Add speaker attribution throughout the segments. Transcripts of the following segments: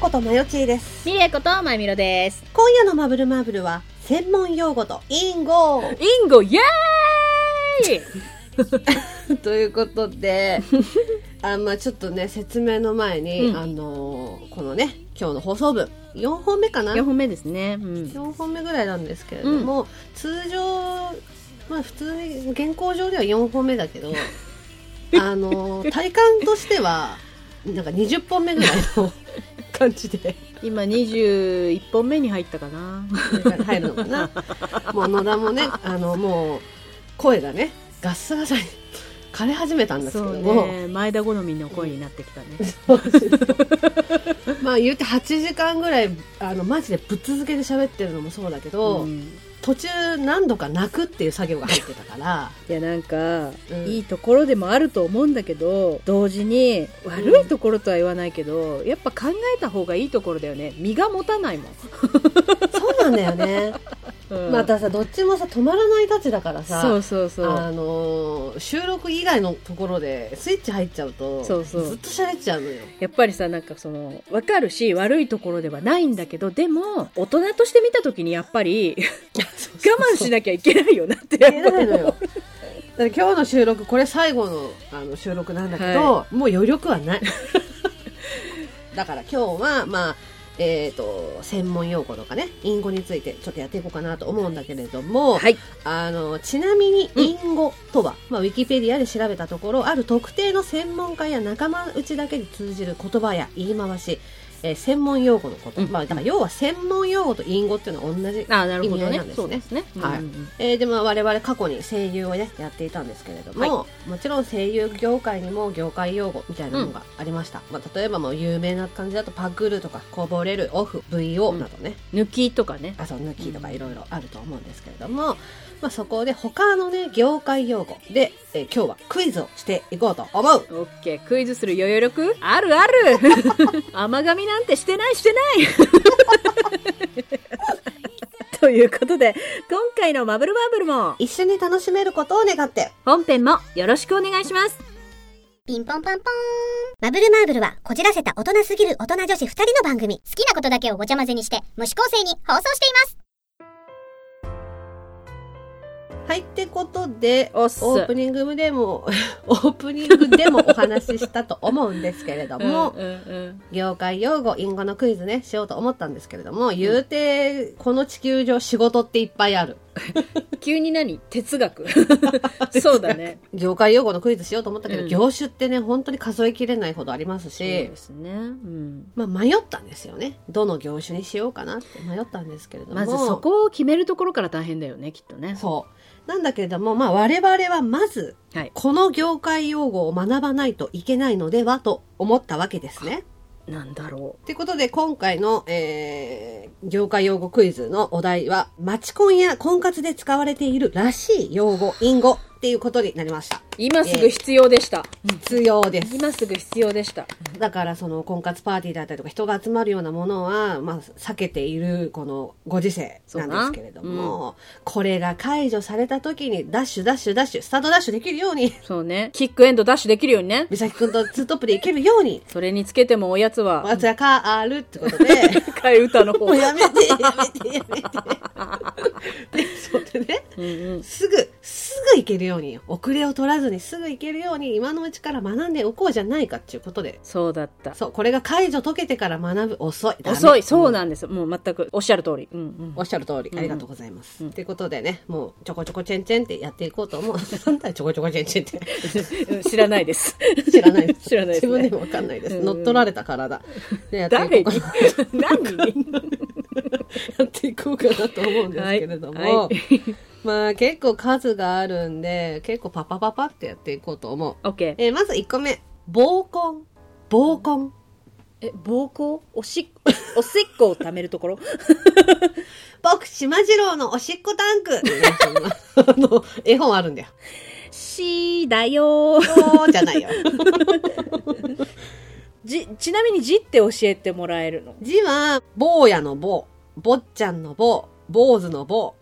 Speaker 1: ことまよちーです。
Speaker 2: ミレコとマイミロです。
Speaker 1: 今夜のマブルマーブルは、専門用語とインゴ
Speaker 2: インゴ、イエー イ
Speaker 1: ということで、 あまあちょっとね、説明の前に、
Speaker 2: うん
Speaker 1: あのーこのね、今日の放送分、4本目かな
Speaker 2: ?4 本目ですね。うん。
Speaker 1: 4本目ぐらいなんですけれども、通常、まあ普通に、現行上では4本目だ けど、あのー体感としては、なんか20本目ぐらいの 感じで。
Speaker 2: 今21本目に入ったかな。
Speaker 1: 入るのか なもう野田もねあのもう声がねガッサガサに枯れ始めたんですけ
Speaker 2: そ
Speaker 1: ど
Speaker 2: う
Speaker 1: も、
Speaker 2: ね。前田好みの声になってきたね。
Speaker 1: まあ言うて8時間ぐらいあのマジでぶっ続けで喋ってるのもそうだけど、
Speaker 2: うん
Speaker 1: 途中何度か泣くっていう作業が入ってたから
Speaker 2: いやなんか、
Speaker 1: うん
Speaker 2: いいところでもあると思うんだけど同時に悪いところとは言わないけど、やっぱ考えた方がいいところだよね身が持たないもん、
Speaker 1: そうなんだよね、
Speaker 2: うん
Speaker 1: またさどっちもさ止まらないたちだからさ
Speaker 2: そうそうそう
Speaker 1: あのー収録以外のところでスイッチ入っちゃうと
Speaker 2: そうそう
Speaker 1: ずっと喋っちゃう のよ
Speaker 2: やっぱりさなんかそのわかるし悪いところではないんだけどでも大人として見た時にやっぱり我慢しなきゃいけないよなってやっ
Speaker 1: 言え
Speaker 2: ぱ
Speaker 1: ないのよ。 だから今日の収録これ最後のあの収録なんだけど、もう余力はない だから今日はまあえー、と専門用語とかね隠語についてちょっとやっていこうかなと思うんだけれども、
Speaker 2: はい
Speaker 1: あのちなみに
Speaker 2: うん
Speaker 1: 隠語とは、まあ、ウィキペディアで調べたところある特定の専門家や仲間内だけに通じる言葉や言い回し、えー専門用語のこと、
Speaker 2: うん
Speaker 1: まあ、だから要は専門用語と隠語っていうのは同じ
Speaker 2: あなる
Speaker 1: 意
Speaker 2: ほど
Speaker 1: 味合い
Speaker 2: ね
Speaker 1: なんですね
Speaker 2: そうですね
Speaker 1: はい
Speaker 2: うんうん
Speaker 1: えー、でも我々過去に声優をねやっていたんですけれども、もちろん声優業界にも業界用語みたいなのがありました、まあ、例えばもう有名な感じだとパグるとかこぼれるオフ VO などね、
Speaker 2: うん抜きとかね
Speaker 1: あそう抜きとかいろいろあると思うんですけれども、まあ、そこで他のね業界用語で、えー今日はクイズをしていこうと思う
Speaker 2: オッケークイズする余裕力ある ある甘噛みなんてしてないしてない ということで今回の「マブルマーブル」も
Speaker 1: 一緒に楽しめることを願って
Speaker 2: 本編もよろしくお願いします
Speaker 3: ピンポンパンポーン。マブルマーブルは、こじらせた大人すぎる大人女子二人の番組。好きなことだけをごちゃ混ぜにして、無視構成に放送しています。
Speaker 1: はいってことで
Speaker 2: おっす
Speaker 1: オープニングでも オープニングでもお話ししたと思うんですけれども、
Speaker 2: うんうん
Speaker 1: 業界用語、隠語のクイズね、しようと思ったんですけれども、言うて、この地球上仕事っていっぱいある。
Speaker 2: うん急に何哲 学そうだね
Speaker 1: 業界用語のクイズしようと思ったけど、
Speaker 2: うん
Speaker 1: 業種ってね、本当に数えきれないほどあります
Speaker 2: そう
Speaker 1: し
Speaker 2: で、すね、うん、
Speaker 1: まあ迷ったんですよね。どの業種にしようかなって迷ったんですけれども。
Speaker 2: まずそ。こを決めるところから大変だよねきっとね
Speaker 1: そう。なんだけれども、まあ我々はまず、
Speaker 2: はい
Speaker 1: この業界用語を学ばないといけないのではと思ったわけですね。
Speaker 2: なんだろ
Speaker 1: ということで、今回の、えー、業界用語クイズのお題は、マチコンや婚活で使われているらしい用語、隠語っていうことになりました。
Speaker 2: う今すぐ必要でした、
Speaker 1: 必要です。
Speaker 2: 今すぐ必要でした
Speaker 1: だから、その、婚活パーティーだったりとか、人が集まるようなものは、まあ、避けている、この、ご時世なんですけれど
Speaker 2: そう
Speaker 1: も、これが解除された時に、ダッシュ、ダッシュ、ダッシュ、スタートダッシュできるように、
Speaker 2: そうねキックエンドダッシュできるようにね
Speaker 1: 美咲くんとツートップでいけるように、
Speaker 2: それにつけてもおやつは
Speaker 1: 私はカールってことで、
Speaker 2: 替え歌の方
Speaker 1: もうやめて、やめて、やめて。で、そうでね、
Speaker 2: うんうん
Speaker 1: すぐ、すぐ行けるように、遅れを取らずにすぐ行けるように、今のうちから学んでおこうじゃないかっていうことで。
Speaker 2: そうだった
Speaker 1: そう、これが解除解けてから学ぶ遅い。ダメ
Speaker 2: 遅いそうなんですもう全くおっしゃる通りうんうん
Speaker 1: おっしゃる通り、
Speaker 2: ん
Speaker 1: ありがとうございます。と、いうことでね、もう、ちょこちょこチェンチェンってやっていこうと思う。 なんだよちょこちょこチェンチェンって。
Speaker 2: うん知らないです
Speaker 1: 知らないです。
Speaker 2: 知らないで
Speaker 1: 自
Speaker 2: すね
Speaker 1: 分でもわかんないです。
Speaker 2: うん
Speaker 1: 乗っ取られた体。でやって
Speaker 2: 誰
Speaker 1: い
Speaker 2: に
Speaker 1: こうか
Speaker 2: 何
Speaker 1: な、やっていこうかなと思うんですけれども。
Speaker 2: はいはい
Speaker 1: まあ結構数があるんで、結構パパパパってやっていこうと思う。
Speaker 2: オッケー
Speaker 1: えーまず1個目。暴婚。暴婚。
Speaker 2: え膀胱おしっおしっこをためるところ
Speaker 1: 僕、島次郎のおしっこタンク。 あの、絵本あるんだよ。
Speaker 2: しーだよー
Speaker 1: そうじゃ ないよ。
Speaker 2: じちなみに字って教えてもらえるの
Speaker 1: 字は、坊やの坊、坊ちゃんの坊、坊主の坊、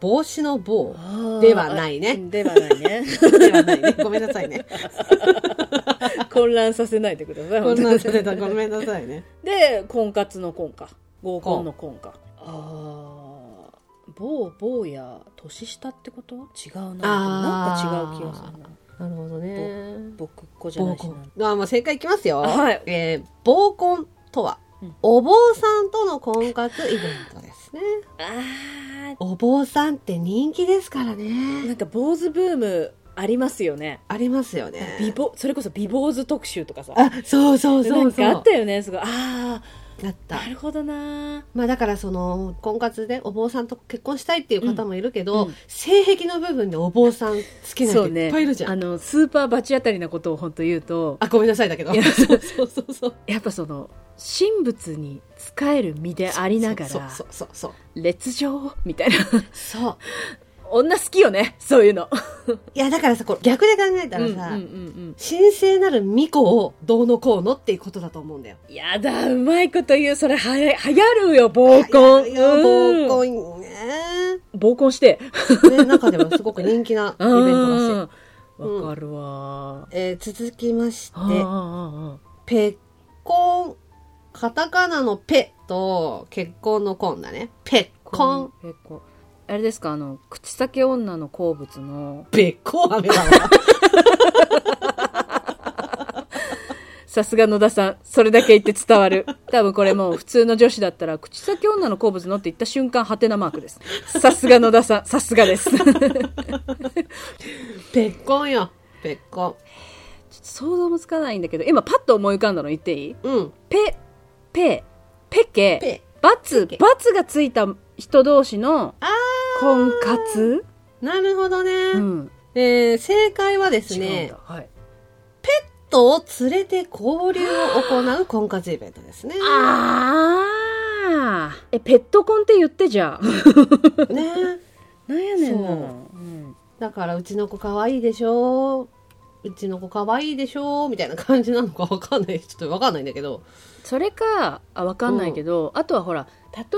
Speaker 1: 帽子の棒
Speaker 2: あー
Speaker 1: ではないね
Speaker 2: ではないね。
Speaker 1: ではないね。ごめんなさいね。
Speaker 2: 混乱させないでください。
Speaker 1: こんなんされた
Speaker 2: 本当
Speaker 1: ご
Speaker 2: に
Speaker 1: めんなさいね。
Speaker 2: で、婚活の婚か。合コンの婚か。ああ。某某や年下ってこと違うな。
Speaker 1: あー
Speaker 2: なんか違う気がするな。
Speaker 1: なるほどね。
Speaker 2: 僕っ子じゃな
Speaker 1: 暴
Speaker 2: いしな。
Speaker 1: 婚。あ、もう正解いきますよ。
Speaker 2: はい
Speaker 1: えー、暴婚とは
Speaker 2: うん、
Speaker 1: お坊さんとの婚活イベントですね。
Speaker 2: あ
Speaker 1: お坊さんって人気ですから
Speaker 2: あ。
Speaker 1: ね。
Speaker 2: なんか坊主ブームありますよね。
Speaker 1: ありますよ
Speaker 2: 美
Speaker 1: ね。
Speaker 2: 坊それこそ美坊主特集とかさ。
Speaker 1: あ、そうそうそうそう。
Speaker 2: なんかあったよね。すごい。あ
Speaker 1: あっ
Speaker 2: あ。
Speaker 1: た
Speaker 2: な。るほどな。
Speaker 1: まあだからその婚活でお坊さんと結婚したいっていう方もいるけど、
Speaker 2: うんうん
Speaker 1: 性癖の部分でお坊さん好きな
Speaker 2: そ
Speaker 1: 人
Speaker 2: う
Speaker 1: い
Speaker 2: ね
Speaker 1: っぱいいるじゃん。
Speaker 2: あのスーパー罰当たりなことを本当言うと
Speaker 1: あごめんなさいだけど。
Speaker 2: いや
Speaker 1: そうそうそうそう。
Speaker 2: やっぱその神仏に仕える身でありなが
Speaker 1: そう
Speaker 2: ら
Speaker 1: そうそうそう。
Speaker 2: 劣情みたいな
Speaker 1: そう。
Speaker 2: 女好きよねそういうの
Speaker 1: いやだからさ、こう逆で考えたらさ、
Speaker 2: うんうんうん
Speaker 1: 神聖なる巫女をどうのこうのっていうことだと思うんだよ。
Speaker 2: うんやだうまいこと言うそれはや流行るよ暴婚
Speaker 1: いやいや暴
Speaker 2: うん
Speaker 1: 婚ね。
Speaker 2: 暴婚して
Speaker 1: ね、中ではすごく人気な イベントらしい。
Speaker 2: うんわかるわ
Speaker 1: えー続きまし
Speaker 2: ああ
Speaker 1: て、
Speaker 2: ああ
Speaker 1: ペッコン、カタカナのペと結婚のコンだね。ペッコン。
Speaker 2: 結構あれですかあの口裂け女の好物の
Speaker 1: べっこう飴だわ。
Speaker 2: さすが野田さん。それだけ言って伝わる。多分これもう普通の女子だったら、口先女の好物のって言った瞬間、ハテナマークです。さすが野田さん。さすがです。
Speaker 1: べっこんよ。べっこ
Speaker 2: 想像もつかないんだけど、今パッと思い浮かんだの言っていい
Speaker 1: ん。うん。
Speaker 2: ペ、ペ、ペケ、
Speaker 1: ぺ。
Speaker 2: バツ、
Speaker 1: ペケ
Speaker 2: バツがついた人同士の
Speaker 1: あ
Speaker 2: 婚活
Speaker 1: なるほどね。
Speaker 2: うん。
Speaker 1: えー正解はです
Speaker 2: 違うん
Speaker 1: ね
Speaker 2: だ。、はい。
Speaker 1: 人を連れて交流を行う婚活イベントですね。
Speaker 2: あー。え、ペット婚って言ってじゃあ。
Speaker 1: ね。
Speaker 2: なんやねんな。
Speaker 1: そう
Speaker 2: うん
Speaker 1: だから、うちの子可愛いでしょうちの子可愛いでしょみたいな感じなのかわかんない。ちょっとわかんないんだけど。
Speaker 2: それかあわかんないけど、あとはほら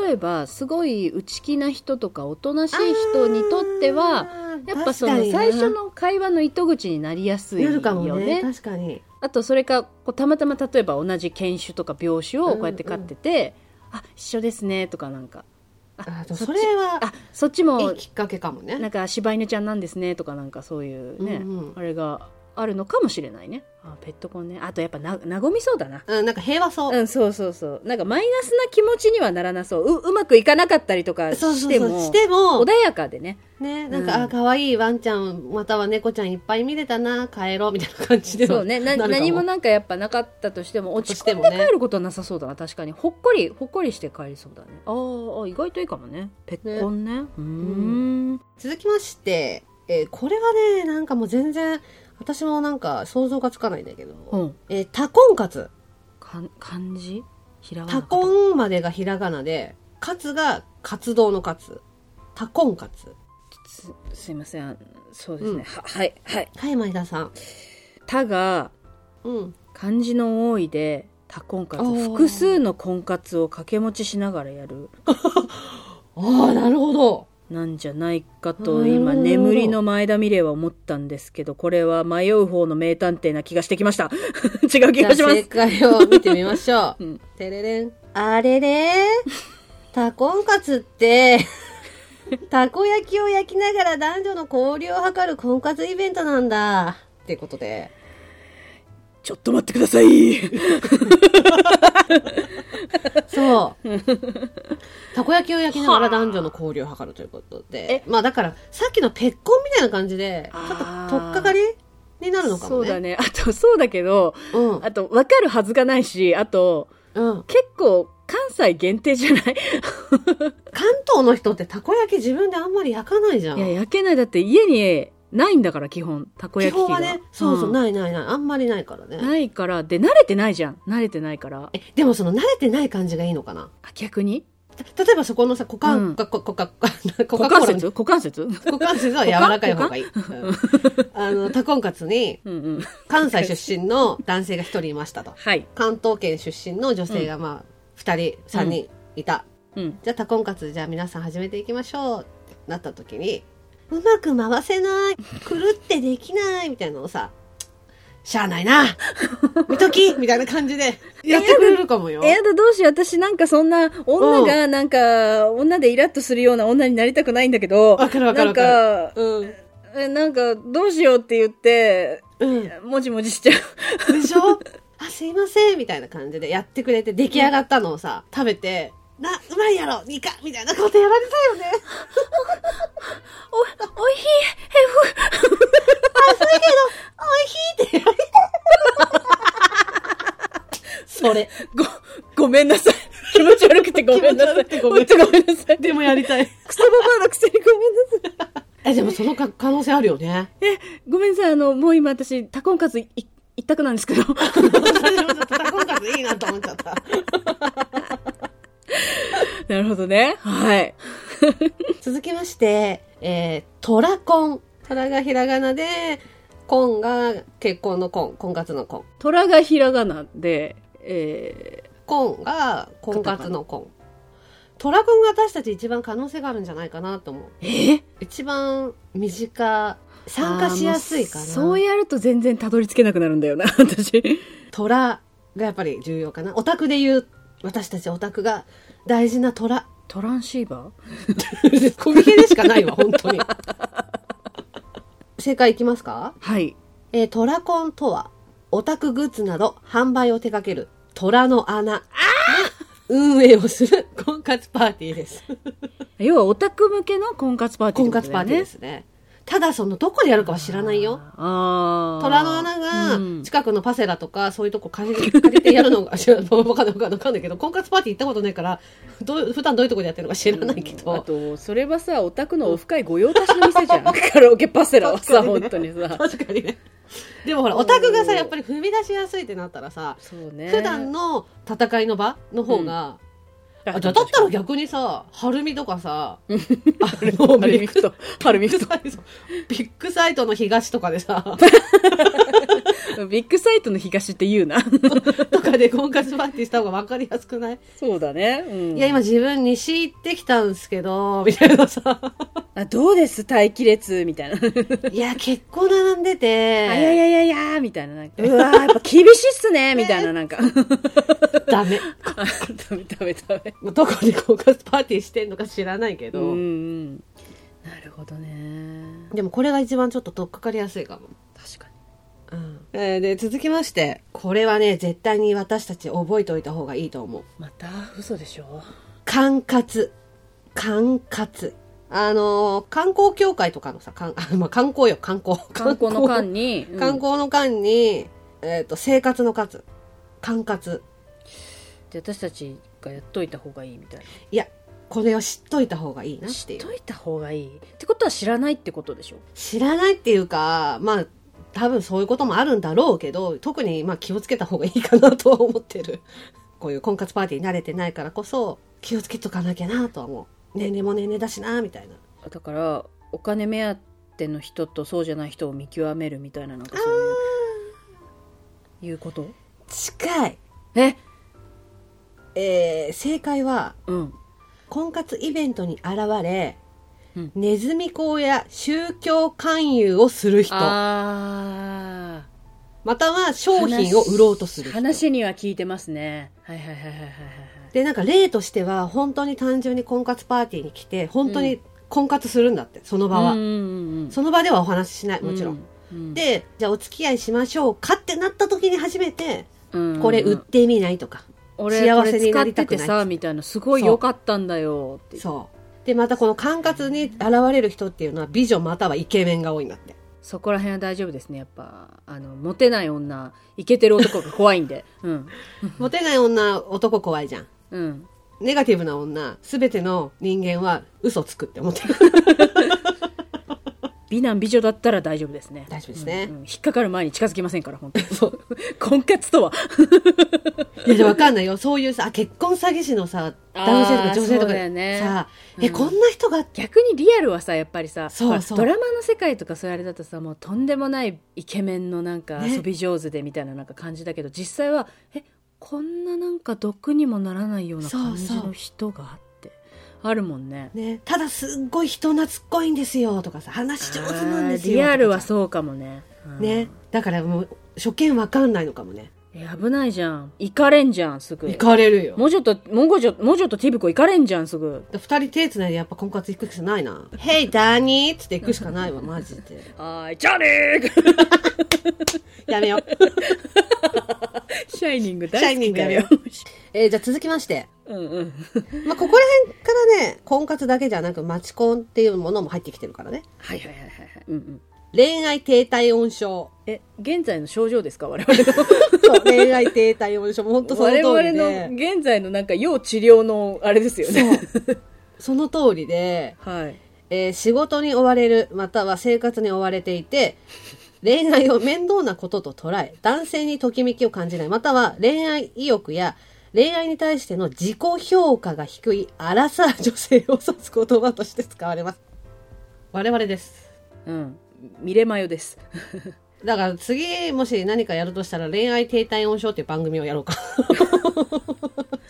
Speaker 2: 例えばすごい内気な人とかおとなしい人にとっては
Speaker 1: あー、
Speaker 2: やっぱそ
Speaker 1: 確かに
Speaker 2: の
Speaker 1: な
Speaker 2: 最初の会話の糸口になりやすい
Speaker 1: なるか
Speaker 2: よ
Speaker 1: も
Speaker 2: ね
Speaker 1: ね。確かに。
Speaker 2: あとそれかこうたまたま例えば同じ犬種とか病種をこうやって飼ってて、あ一緒ですねとかなんか
Speaker 1: あ
Speaker 2: あ
Speaker 1: でも
Speaker 2: そっ
Speaker 1: そ
Speaker 2: ち
Speaker 1: れは、
Speaker 2: あそっち
Speaker 1: い
Speaker 2: も
Speaker 1: いきっかけかもね。
Speaker 2: なんか柴犬ちゃんなんですねとかなんかそういうね、
Speaker 1: うんうん
Speaker 2: あれがあるのかもしれないねあペットコンねあとやっぱな和みそうだな
Speaker 1: うん、なんか平和そう。
Speaker 2: うん、そうそうそう。なんかマイナスな気持ちにはならなそう。う、うまくいかなかったりとか
Speaker 1: そう
Speaker 2: し
Speaker 1: そう
Speaker 2: て
Speaker 1: そ
Speaker 2: も、
Speaker 1: う。しても
Speaker 2: 穏、やかで ね。
Speaker 1: ね、なん
Speaker 2: う
Speaker 1: か、
Speaker 2: ん
Speaker 1: あ、可愛いワンちゃん、または猫ちゃんいっぱい見れたな、帰ろう、みたいな感じでは
Speaker 2: そうねな。
Speaker 1: るか
Speaker 2: 何もなんかやっぱなかったとしても、落ち込ん
Speaker 1: とし
Speaker 2: で
Speaker 1: てもね
Speaker 2: 帰ることはなさそうだな。確かに。ほっこり、ほっこりして帰りそうだね。あーあ、意外といいかもね。ペッコンね。うーん。
Speaker 1: 続きまして、えーこれはね、なんかもう全然、私もなんか想像がつかないんだけど、
Speaker 2: うん。
Speaker 1: えータコンカツ。
Speaker 2: かん漢字ひらがな
Speaker 1: タ
Speaker 2: かと。
Speaker 1: コンまでがひらがなで、カツが活動のカツ。タコンカツ。
Speaker 2: すすいません。そうです
Speaker 1: う
Speaker 2: ね。
Speaker 1: ん
Speaker 2: は、はい、はい。
Speaker 1: はい、前田さん。
Speaker 2: たが、
Speaker 1: うん。
Speaker 2: 漢字の多いで、多婚活
Speaker 1: おー
Speaker 2: 複数の婚活を掛け持ちしながらやる
Speaker 1: ああ、なるほど。
Speaker 2: なんじゃないかと
Speaker 1: なるほ
Speaker 2: 今
Speaker 1: ど
Speaker 2: 眠りの前田美玲は思ったんですけどこれは迷う方の名探偵な気がしてきました 違う気
Speaker 1: じゃ
Speaker 2: が
Speaker 1: あ
Speaker 2: しま
Speaker 1: 正
Speaker 2: す
Speaker 1: 解を見てみましょう。
Speaker 2: うん
Speaker 1: てれれん。あれれ タコンカツって、 たこ焼きを焼きながら男女の交流を図る婚活イベントなんだ。ってことで。
Speaker 2: ちょっと待ってください
Speaker 1: そう。たこ焼きを焼きながら男女の交流を図るということで。まあだから、さっきの結婚みたいな感じで、ちょっと取っかかりになるのか
Speaker 2: そ
Speaker 1: も
Speaker 2: うだ
Speaker 1: ね。
Speaker 2: ねあとそうだけど
Speaker 1: うん。
Speaker 2: あと分かるはずがないしあと
Speaker 1: うん。
Speaker 2: 結構関西限定じゃない
Speaker 1: 関東の人ってたこ焼き自分であんまり焼かないじゃん。
Speaker 2: いや焼けないだって家にないんだから基本たこ
Speaker 1: 基
Speaker 2: 焼き
Speaker 1: 本
Speaker 2: 器が
Speaker 1: はね、そうそう、
Speaker 2: ん
Speaker 1: ないないない。あんまりないからね。
Speaker 2: ないからで慣れてないじゃん慣れてないから
Speaker 1: え、でもその慣れてない感じがいいのかな
Speaker 2: あ逆に
Speaker 1: た例えばそこのさ、股
Speaker 2: う
Speaker 1: 関、
Speaker 2: ん
Speaker 1: こここかこか
Speaker 2: 股
Speaker 1: 股関
Speaker 2: 関
Speaker 1: 節
Speaker 2: 節股関節
Speaker 1: 股関節は柔らかい方がいい。うんあの、タコンカツに
Speaker 2: うんうん
Speaker 1: 関西出身の男性が一人いましたと。
Speaker 2: はい
Speaker 1: 関東圏出身の女性がまあ、二人、三人いた。
Speaker 2: うん
Speaker 1: じゃあタコンカツ、じゃあ皆さん始めていきましょう。なった時に、うまく回せない、狂ってできない、みたいなのをさ、しゃあない な、見ときみたいな感じで、やってくれるかもよ。
Speaker 2: えやだどうしよう私なんかそんな女がなんか、女でイラッとするような女になりたくないんだけど
Speaker 1: わかるわかる
Speaker 2: なん
Speaker 1: わかる。
Speaker 2: か
Speaker 1: うん。
Speaker 2: えなんかどうしようって言って
Speaker 1: うん。
Speaker 2: もじもじしちゃう
Speaker 1: でしょあ、すいません、みたいな感じでやってくれて、出来上がったのをさ、食べて、な、うまいやろ、いいか、みたいなことやられたよね。
Speaker 2: おおいひ
Speaker 1: おいひいってやられた。それ。
Speaker 2: えごごめんな さい気持ち悪くてごめんなさい
Speaker 1: 気持ち悪くてごめんなさい
Speaker 2: ほとごめんなさい
Speaker 1: でもやりたい。
Speaker 2: クソババアのくせにごめんなさい
Speaker 1: え、でもそのか可能性あるよね。
Speaker 2: ごめんなさい、あの、もう今私、タコンカツい一択なんで すけど。
Speaker 1: 私もちょっとタコンカツいいなと思っちゃった。
Speaker 2: なるほどね。はい。
Speaker 1: 続きまして、えー、トラコン。トラがひらがなで、コンが結婚のコン、婚活のコン。
Speaker 2: 虎がひらがなで、え
Speaker 1: コンが婚活のコン。トラコンが私たち一番可能性があるんじゃないかなと思う。
Speaker 2: ー、え
Speaker 1: 一番身近、参加しやすいか
Speaker 2: あーも
Speaker 1: な。
Speaker 2: うそうやると全然たどり着けなくなるんだよな、 私。
Speaker 1: トラがやっぱり重要かな。オタクで言う、私たちオタクが大事なト ラ。
Speaker 2: トランシーバ
Speaker 1: コミケでしかないわ、本当に。正解いきますか
Speaker 2: ーはい。
Speaker 1: えートラコンとは、オタクグッズなど販売を手掛けるトラの穴。運営をする婚活パーティーです。
Speaker 2: 要はオタク向けの婚活パーティー、
Speaker 1: 婚活パーティーで。すね。ただそのどこでやるかは知らないよ。
Speaker 2: ああ。
Speaker 1: 虎の穴
Speaker 2: うん
Speaker 1: が近くのパセラとかそういうとこ借り借りてやる のが知らない。わかんないわかんないわかんないけど、婚活パーティー行ったことないから、どう普段どういうとこでやってるのか知らないけ
Speaker 2: あ
Speaker 1: ど。
Speaker 2: と、それはさ、オタクのオフ会御用達の店 じゃん。カラオケパセラはさ、本当にさ。
Speaker 1: 確かにね。でもほら、オタクがさ、
Speaker 2: うん
Speaker 1: やっぱり踏み出しやすいってなったらさ、
Speaker 2: そうね。
Speaker 1: 普段の戦いの場の方が、あじゃあだったら逆にさ、はるみとか さ、あの
Speaker 2: ハルミフト。ハルミ
Speaker 1: ビッ
Speaker 2: フ
Speaker 1: グ
Speaker 2: ト。
Speaker 1: サイト、 ビッグサイトの東とかで さ、
Speaker 2: ビッグサイトの東って言う な。
Speaker 1: とかで婚活パーティーした方が分かりやすくない、
Speaker 2: そうだね。うん、
Speaker 1: いや、今自分西行ってきたんですけど、みたいな さ、
Speaker 2: あ、どうです待機列みたいな。
Speaker 1: いや、結構並んでて、
Speaker 2: あ、いやいやいやいやみたいな。なんかうわーやっぱ厳しいっすねみたいな、な んか。
Speaker 1: ダメ。
Speaker 2: あダメダメダメ。
Speaker 1: どこで婚活パーティーしてんのか知らないけ
Speaker 2: う
Speaker 1: ど、
Speaker 2: んうん。なるほどね。
Speaker 1: でもこれが一番ちょっと取っかかりやすいかも。
Speaker 2: 確かに。
Speaker 1: うんえーで、続きまして、これはね、絶対に私たち覚えておいた方がいいと思う。
Speaker 2: また嘘でしょ
Speaker 1: 管轄。管轄。あのー観光協会とかのさ、観 まあ、観光よ、観光。
Speaker 2: 観光の間に。うん
Speaker 1: 観光の間に、えっ、と、生活の活。管轄。
Speaker 2: じゃあ私たちがやっといた方がいいみたい
Speaker 1: いや、これを知っといた方がいいな
Speaker 2: な。
Speaker 1: っ
Speaker 2: 知
Speaker 1: てい
Speaker 2: っ
Speaker 1: う。
Speaker 2: といた方がいい。ってことは知らないってことでしょ
Speaker 1: 知らないっていうか、まあ、多分そういうこともあるんだろうけど、特にまあ気をつけた方がいいかなとは思ってる。 こういう婚活パーティーに慣れてないからこそ、気をつけとかなきゃなとは思う。年齢も年齢だしな、みたいな。
Speaker 2: だからお金目当ての人とそうじゃない人を見極めるみたいななんかそういういうこと
Speaker 1: 近い。
Speaker 2: え
Speaker 1: えー、正解は、
Speaker 2: うん
Speaker 1: 婚活イベントに現れ、
Speaker 2: うん
Speaker 1: ネズミ講や宗教勧誘をする人、
Speaker 2: ああ
Speaker 1: または商品を売ろうとする人。
Speaker 2: 話には聞いてますねはいはいはいはいはいはい
Speaker 1: で、なんか例としては、本当に単純に婚活パーティーに来て、本当に婚活するんだって、その場は。
Speaker 2: うんうんうん
Speaker 1: その場ではお話ししない、もちろん。
Speaker 2: うん、うん、
Speaker 1: で、じゃあお付き合いしましょうかってなった時に初めて、
Speaker 2: うんうん
Speaker 1: これ売ってみないとか。
Speaker 2: 俺
Speaker 1: 幸
Speaker 2: こ
Speaker 1: せ
Speaker 2: れ
Speaker 1: に
Speaker 2: 使
Speaker 1: な
Speaker 2: っ
Speaker 1: りた
Speaker 2: て
Speaker 1: くない
Speaker 2: てさみたいなすごい良かったんだよってそ
Speaker 1: そう。で、またこの管轄に現れる人っていうのは美女またはイケメンが多いんだって。
Speaker 2: こら辺は大丈夫ですねやっぱあのモテない女イケてる男が怖い んでうん
Speaker 1: モテない女、男怖いじゃん。
Speaker 2: うん
Speaker 1: ネガティブな女、すべての人間は嘘つくって思ってる。
Speaker 2: 美男美女だったら大丈夫ですね
Speaker 1: 大丈夫ですね
Speaker 2: うんうん引っかかる前に近づきませんから本当に
Speaker 1: そう。
Speaker 2: 婚活とはい
Speaker 1: や、でもわかんないよ。そういうさ、結婚詐欺師のさ、男性とか
Speaker 2: あ
Speaker 1: 女
Speaker 2: ー
Speaker 1: 性と
Speaker 2: そう
Speaker 1: か
Speaker 2: だよね
Speaker 1: さ、
Speaker 2: うん
Speaker 1: え、こんな人が、
Speaker 2: 逆にリアルはさやっぱりさ
Speaker 1: そう
Speaker 2: ほら
Speaker 1: そう
Speaker 2: ドラマの世界とかそういうあれだとさもうとんでもないイケメンのなんか
Speaker 1: ね
Speaker 2: 遊び上手でみたいななんか感じだけど、実際はえこんななんか毒にもならないような感じの人があってあるもんね
Speaker 1: ね、ただすっごい人懐っこいんですよとかさ話上手なんですよ
Speaker 2: あーリアルは
Speaker 1: とか
Speaker 2: そうかもね、う
Speaker 1: さ
Speaker 2: ん
Speaker 1: ねだからもう初見わかんないのかもね
Speaker 2: え危ないじゃん行かれんじゃんすぐ
Speaker 1: 行かれるよ
Speaker 2: もうちょっともうちょっともうちょっとティブコ行かれんじゃんすぐ
Speaker 1: 二人手つないでやっぱ婚活行くしかないな「ヘイダニー」っつって行くしかないわマジで
Speaker 2: あーいじゃあねー
Speaker 1: やめよう
Speaker 2: シャイニング
Speaker 1: 大
Speaker 2: 大
Speaker 1: 好
Speaker 2: 好
Speaker 1: き
Speaker 2: き
Speaker 1: だ
Speaker 2: だ
Speaker 1: よ
Speaker 2: よ
Speaker 1: えーじゃあ続きまして、
Speaker 2: うんうん
Speaker 1: まあ、ここら辺からね婚活だけじゃなくマチコンっていうものも入ってきてるからね
Speaker 2: はいはいはいはいはいうんうん
Speaker 1: 恋愛停滞音症
Speaker 2: え現在の症状ですか 我々の
Speaker 1: そう 恋愛停滞音症もうほんとその
Speaker 2: 我
Speaker 1: 通り
Speaker 2: 々
Speaker 1: で
Speaker 2: の現在のなんか要治療のあれですよね
Speaker 1: その通りで、
Speaker 2: はい
Speaker 1: えー仕事に追われるまたは生活に追われていて恋愛を面倒なことと捉え男性にときめきを感じないまたは恋愛意欲や恋愛に対しての自己評価が低いアラサー女性を指す言葉として使われます我々です
Speaker 2: うんミレマヨです
Speaker 1: だから次もし何かやるとしたら恋愛停滞音症っていう番組をやろうか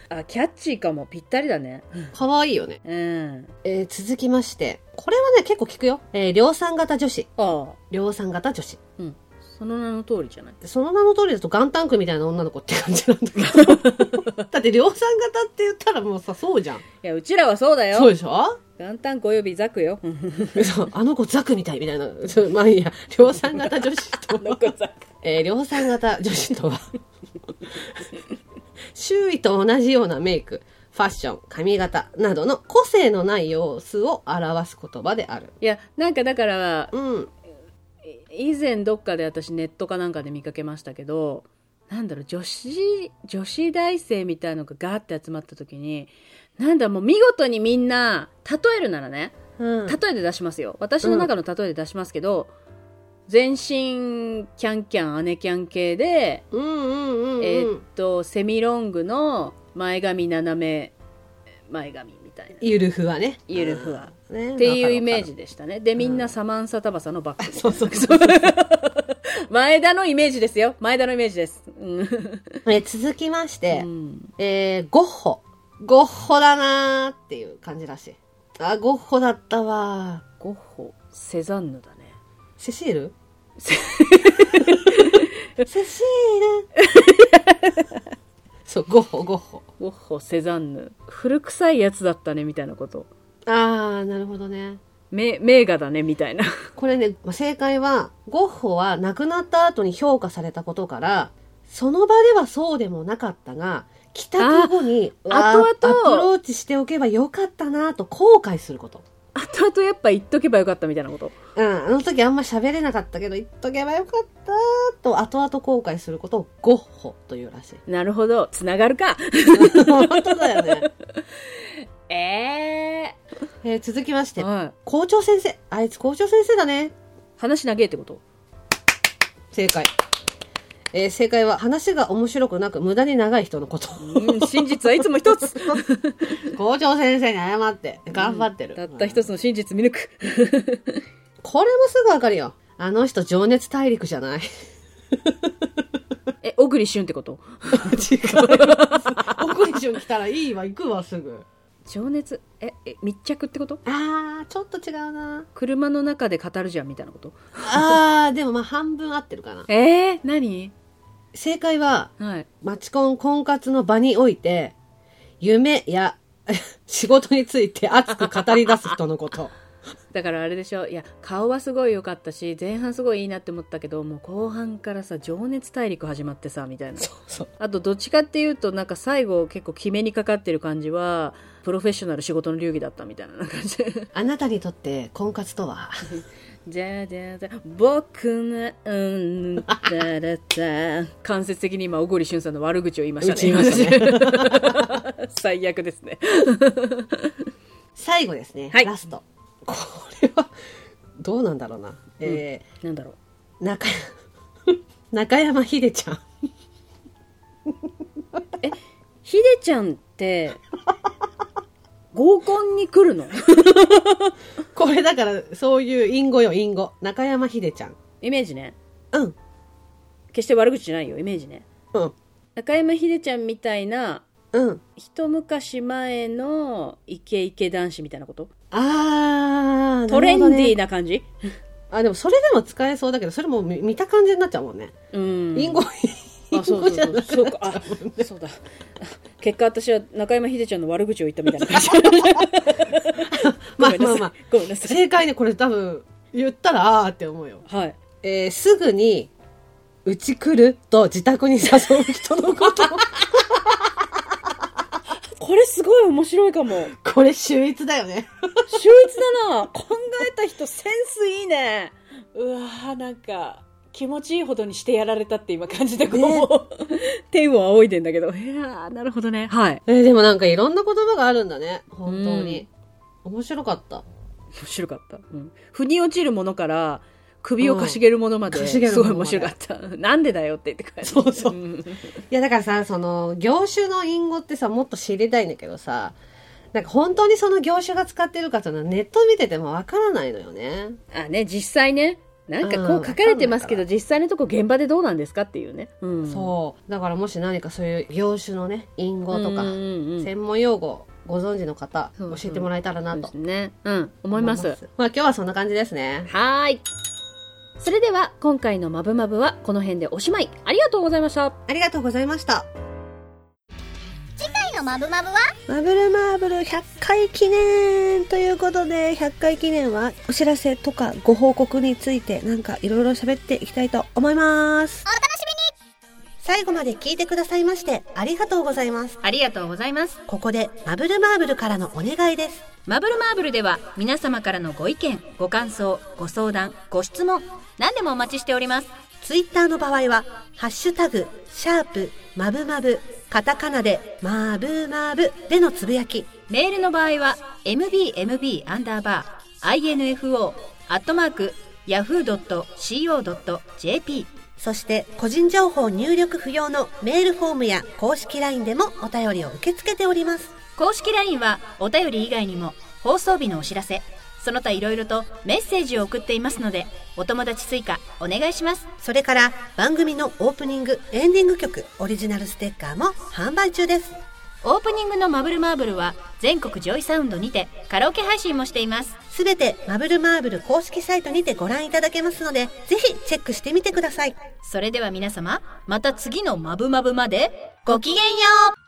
Speaker 2: あキャッチーかもぴったりだね
Speaker 1: 可愛いよね、
Speaker 2: うん
Speaker 1: えー続きましてこれはね結構聞くよ、えー量産型女子
Speaker 2: ああ
Speaker 1: 量産型女子
Speaker 2: うんその名の通りじゃない
Speaker 1: その名の通りだと元旦区みたいな女の子って感じなんだけ ど。だって量産型って言ったらもうさ、そうじゃん。
Speaker 2: いやうちらはそうだよ
Speaker 1: そうでしょ
Speaker 2: 元旦およびザクよ
Speaker 1: そうあの子ザクみたいみたいな。そうまあいい や。量産型女子とは、えー量産型女子とは、 周囲と同じようなメイク、ファッション、髪型などの個性のない様子を表す言葉である。
Speaker 2: いやなんかだから
Speaker 1: うん。
Speaker 2: 以前どっかで私ネットかなんかで見かけましたけどなんだろう女子女子大生みたいのがガーって集まった時になんだもう見事にみんな例えるならね
Speaker 1: うん
Speaker 2: 例えで出しますよ私の中の例えで出しますけど、全身キャンキャン姉キャン系で、
Speaker 1: うんうんうん、うん。
Speaker 2: えーっとセミロングの前髪斜め前髪みたいな
Speaker 1: ゆるふわね。
Speaker 2: ゆるふわ
Speaker 1: うん。ね
Speaker 2: っていうイメー。
Speaker 1: わ
Speaker 2: ジでしたね。で、みんなサマンサタバサのバッグ。
Speaker 1: そうそう
Speaker 2: そう。前田のイメージですよ。前田のイメージです。うん。
Speaker 1: かるわかるえー続きまして、
Speaker 2: うん
Speaker 1: えー、ゴッホ。ゴッホだなーっていう感じらしい。あ、ゴッホだったわ
Speaker 2: ゴッホ、セザンヌだね。
Speaker 1: ー。セシー ルセシール。 そう、ゴッホ、ゴッホ。
Speaker 2: ゴッホ、セザンヌ。古臭いやつだったね、みたいなこと。
Speaker 1: あー、なるほどね。
Speaker 2: め名画だね、みたいな。
Speaker 1: これね、まあ正解は、ゴッホは亡くなった後に評価されたことから、その場ではそうでもなかったが、帰宅後に、
Speaker 2: あ
Speaker 1: わー
Speaker 2: 後々
Speaker 1: アプローチしておけばよかったなと後悔すること。
Speaker 2: 後々やっぱ言っとけばよかったみたいなこと。
Speaker 1: うん、あの時あんま喋れなかったけど、言っとけばよかったと、後々後悔することをゴッホというらしい。
Speaker 2: なるほど。つながる か。
Speaker 1: 本当だよね。
Speaker 2: え
Speaker 1: えー続きまし
Speaker 2: え
Speaker 1: て、
Speaker 2: はい。
Speaker 1: 校長先生。あいつ校長先生だね。
Speaker 2: 話長えってこと
Speaker 1: 正解。えー正解は、話が面白くなく無駄に長い人のこと。
Speaker 2: うん、真実はいつも一 つ。
Speaker 1: 校長先生に謝って、頑張ってる。
Speaker 2: たった一つの真実見抜く。
Speaker 1: これもすぐわかるよ。あの人、情熱大陸じゃ ない。
Speaker 2: え、小栗旬ってこと
Speaker 1: 違う。奥に来たらいいわ、行くわ、すぐ。
Speaker 2: 情熱ええ密着ってこと
Speaker 1: あー、ちょっと違う な。
Speaker 2: 車の中で語るじゃんみたいなこと
Speaker 1: あー、でもまあ半分合ってるかな。
Speaker 2: えー、何
Speaker 1: 正解は、
Speaker 2: はい
Speaker 1: マチコン婚活の場において、夢や 仕事について熱く語り出す人のこと。
Speaker 2: だからあれでしょいや顔はすごい良かったし前半すごいいいなって思ったけどもう後半からさ情熱大陸始まってさみたいな
Speaker 1: そうそう。
Speaker 2: あとどっちかっていうとなんか最後結構決めにかかってる感じはプロフェッショナル仕事の流儀だったみたいな感じ
Speaker 1: あなたにとって婚活とは
Speaker 2: じゃあじゃあじゃあ僕のうんだらだ間接的に今小栗旬さんの悪口を言いましたね
Speaker 1: 言いましたね
Speaker 2: 最悪ですね
Speaker 1: 最後ですね。
Speaker 2: はい
Speaker 1: ラスト。これは、どうなんだろうな。え
Speaker 2: なんだろう
Speaker 1: ー、中、中山秀ちゃん。
Speaker 2: ひでちゃん って、合コンに来るの
Speaker 1: これだから、そういう隠語よ、隠語。中山秀ちゃん。
Speaker 2: イメージね。
Speaker 1: うん。
Speaker 2: 決して悪口じゃないよ、イメージね。
Speaker 1: うん。
Speaker 2: 中山ひでちゃんみたいな
Speaker 1: うん。
Speaker 2: 一昔前のイケイケ男子みたいなこと
Speaker 1: あー、
Speaker 2: トレン
Speaker 1: なるほど
Speaker 2: ディー
Speaker 1: ね。
Speaker 2: な感じ、
Speaker 1: あ、でもそれでも使えそうだけど、それも見見た感じになっちゃうもんね。
Speaker 2: うん
Speaker 1: インゴ、イン
Speaker 2: あそう
Speaker 1: ゴ
Speaker 2: そう
Speaker 1: じゃ
Speaker 2: そ
Speaker 1: な
Speaker 2: う
Speaker 1: く
Speaker 2: そう
Speaker 1: なっ
Speaker 2: か
Speaker 1: ちゃ
Speaker 2: あ
Speaker 1: うもんね。
Speaker 2: そうだ結果私は中山秀ちゃんの悪口を言ったみたい な感じ
Speaker 1: まあ
Speaker 2: ごめんな
Speaker 1: ま
Speaker 2: さ
Speaker 1: あ
Speaker 2: い
Speaker 1: まあ。
Speaker 2: ごめんなさい
Speaker 1: 正解ね、これ多分、言ったら、あーって思うよ。
Speaker 2: はい
Speaker 1: えー、すぐに、うち来ると自宅に誘う人のこと。
Speaker 2: これすごい面白いかも
Speaker 1: これ秀逸だよね。
Speaker 2: 秀逸だな考えた人センスいいねうわーなんか気持ちいいほどにしてやられたって今感じたこう、天を仰いでんだけどいやーなるほどねはい
Speaker 1: えーでもなんかいろんな言葉があるんだね。本当に。面白かった。
Speaker 2: 面白かった、うん、腑に落ちるものから首をかしげるものまで、
Speaker 1: うんかしげる
Speaker 2: す
Speaker 1: も
Speaker 2: ごい
Speaker 1: の
Speaker 2: 面
Speaker 1: まで
Speaker 2: 白かった なんでだよって言って帰る
Speaker 1: そうそうんいやだからさ、その、業種の隠語ってさ、もっと知りたいんだけどさ、なんか本当にその業種が使ってるかというのはネット見ててもわからないのよね。
Speaker 2: あね実際ねなんかこ
Speaker 1: うん
Speaker 2: う書かれてますけど、
Speaker 1: わ
Speaker 2: 実際のとこ現場でどうなんですかっていうね、うん、
Speaker 1: そう。だからもし何かそういう業種のね、隠語とか
Speaker 2: うん、うんうん
Speaker 1: 専門用語ご存知の方、
Speaker 2: そう
Speaker 1: 教
Speaker 2: そう
Speaker 1: えてもらえたらな
Speaker 2: そうで
Speaker 1: と
Speaker 2: す。ねうん思います
Speaker 1: まあ今日はそんな感じですね。
Speaker 2: はーいそれでは今回の「まぶまぶ」はこの辺でおしまいありがとうございました
Speaker 1: ありがとうございました。
Speaker 3: 回のマブマブは
Speaker 1: マブルマーブル100回記念ということで、100回記念はお知らせとかご報告についてなんかいろいろ喋っていきたいと思います。
Speaker 3: お楽しみに
Speaker 1: 最後まで聞いてくださいましてありがとうございます。
Speaker 2: ありがとうございます
Speaker 1: ここでマブルマーブルからのお願いです。
Speaker 2: マブルマーブルでは皆様からのご意見ご感想ご相談ご質問何でもお待ちしております
Speaker 1: ツイッターの場合は、ハッシュタグ、シャープ、マブマブ、カタカナで、マブマブでのつぶやき、
Speaker 2: メールの場合は mbmb アンダーバー info アットマーク yahoo.co.jp
Speaker 1: そして個人情報入力不要のメールフォームや公式 LINE でもお便りを受け付けております。
Speaker 2: 公式 LINE はお便り以外にも放送日のお知らせその他いろいろとメッセージを送っていますのでお友達追加お願いします
Speaker 1: それから番組のオープニング、エンディング曲、オリジナルステッカーも販売中です。
Speaker 2: オープニングの「マブルマーブル」は全国ジョイサウンドにてカラオケ配信もしています
Speaker 1: すべてマブルマーブル公式サイトにてご覧いただけますので、ぜひチェックしてみてください。
Speaker 2: それでは皆様また次の「マブマブ」までごきげんよう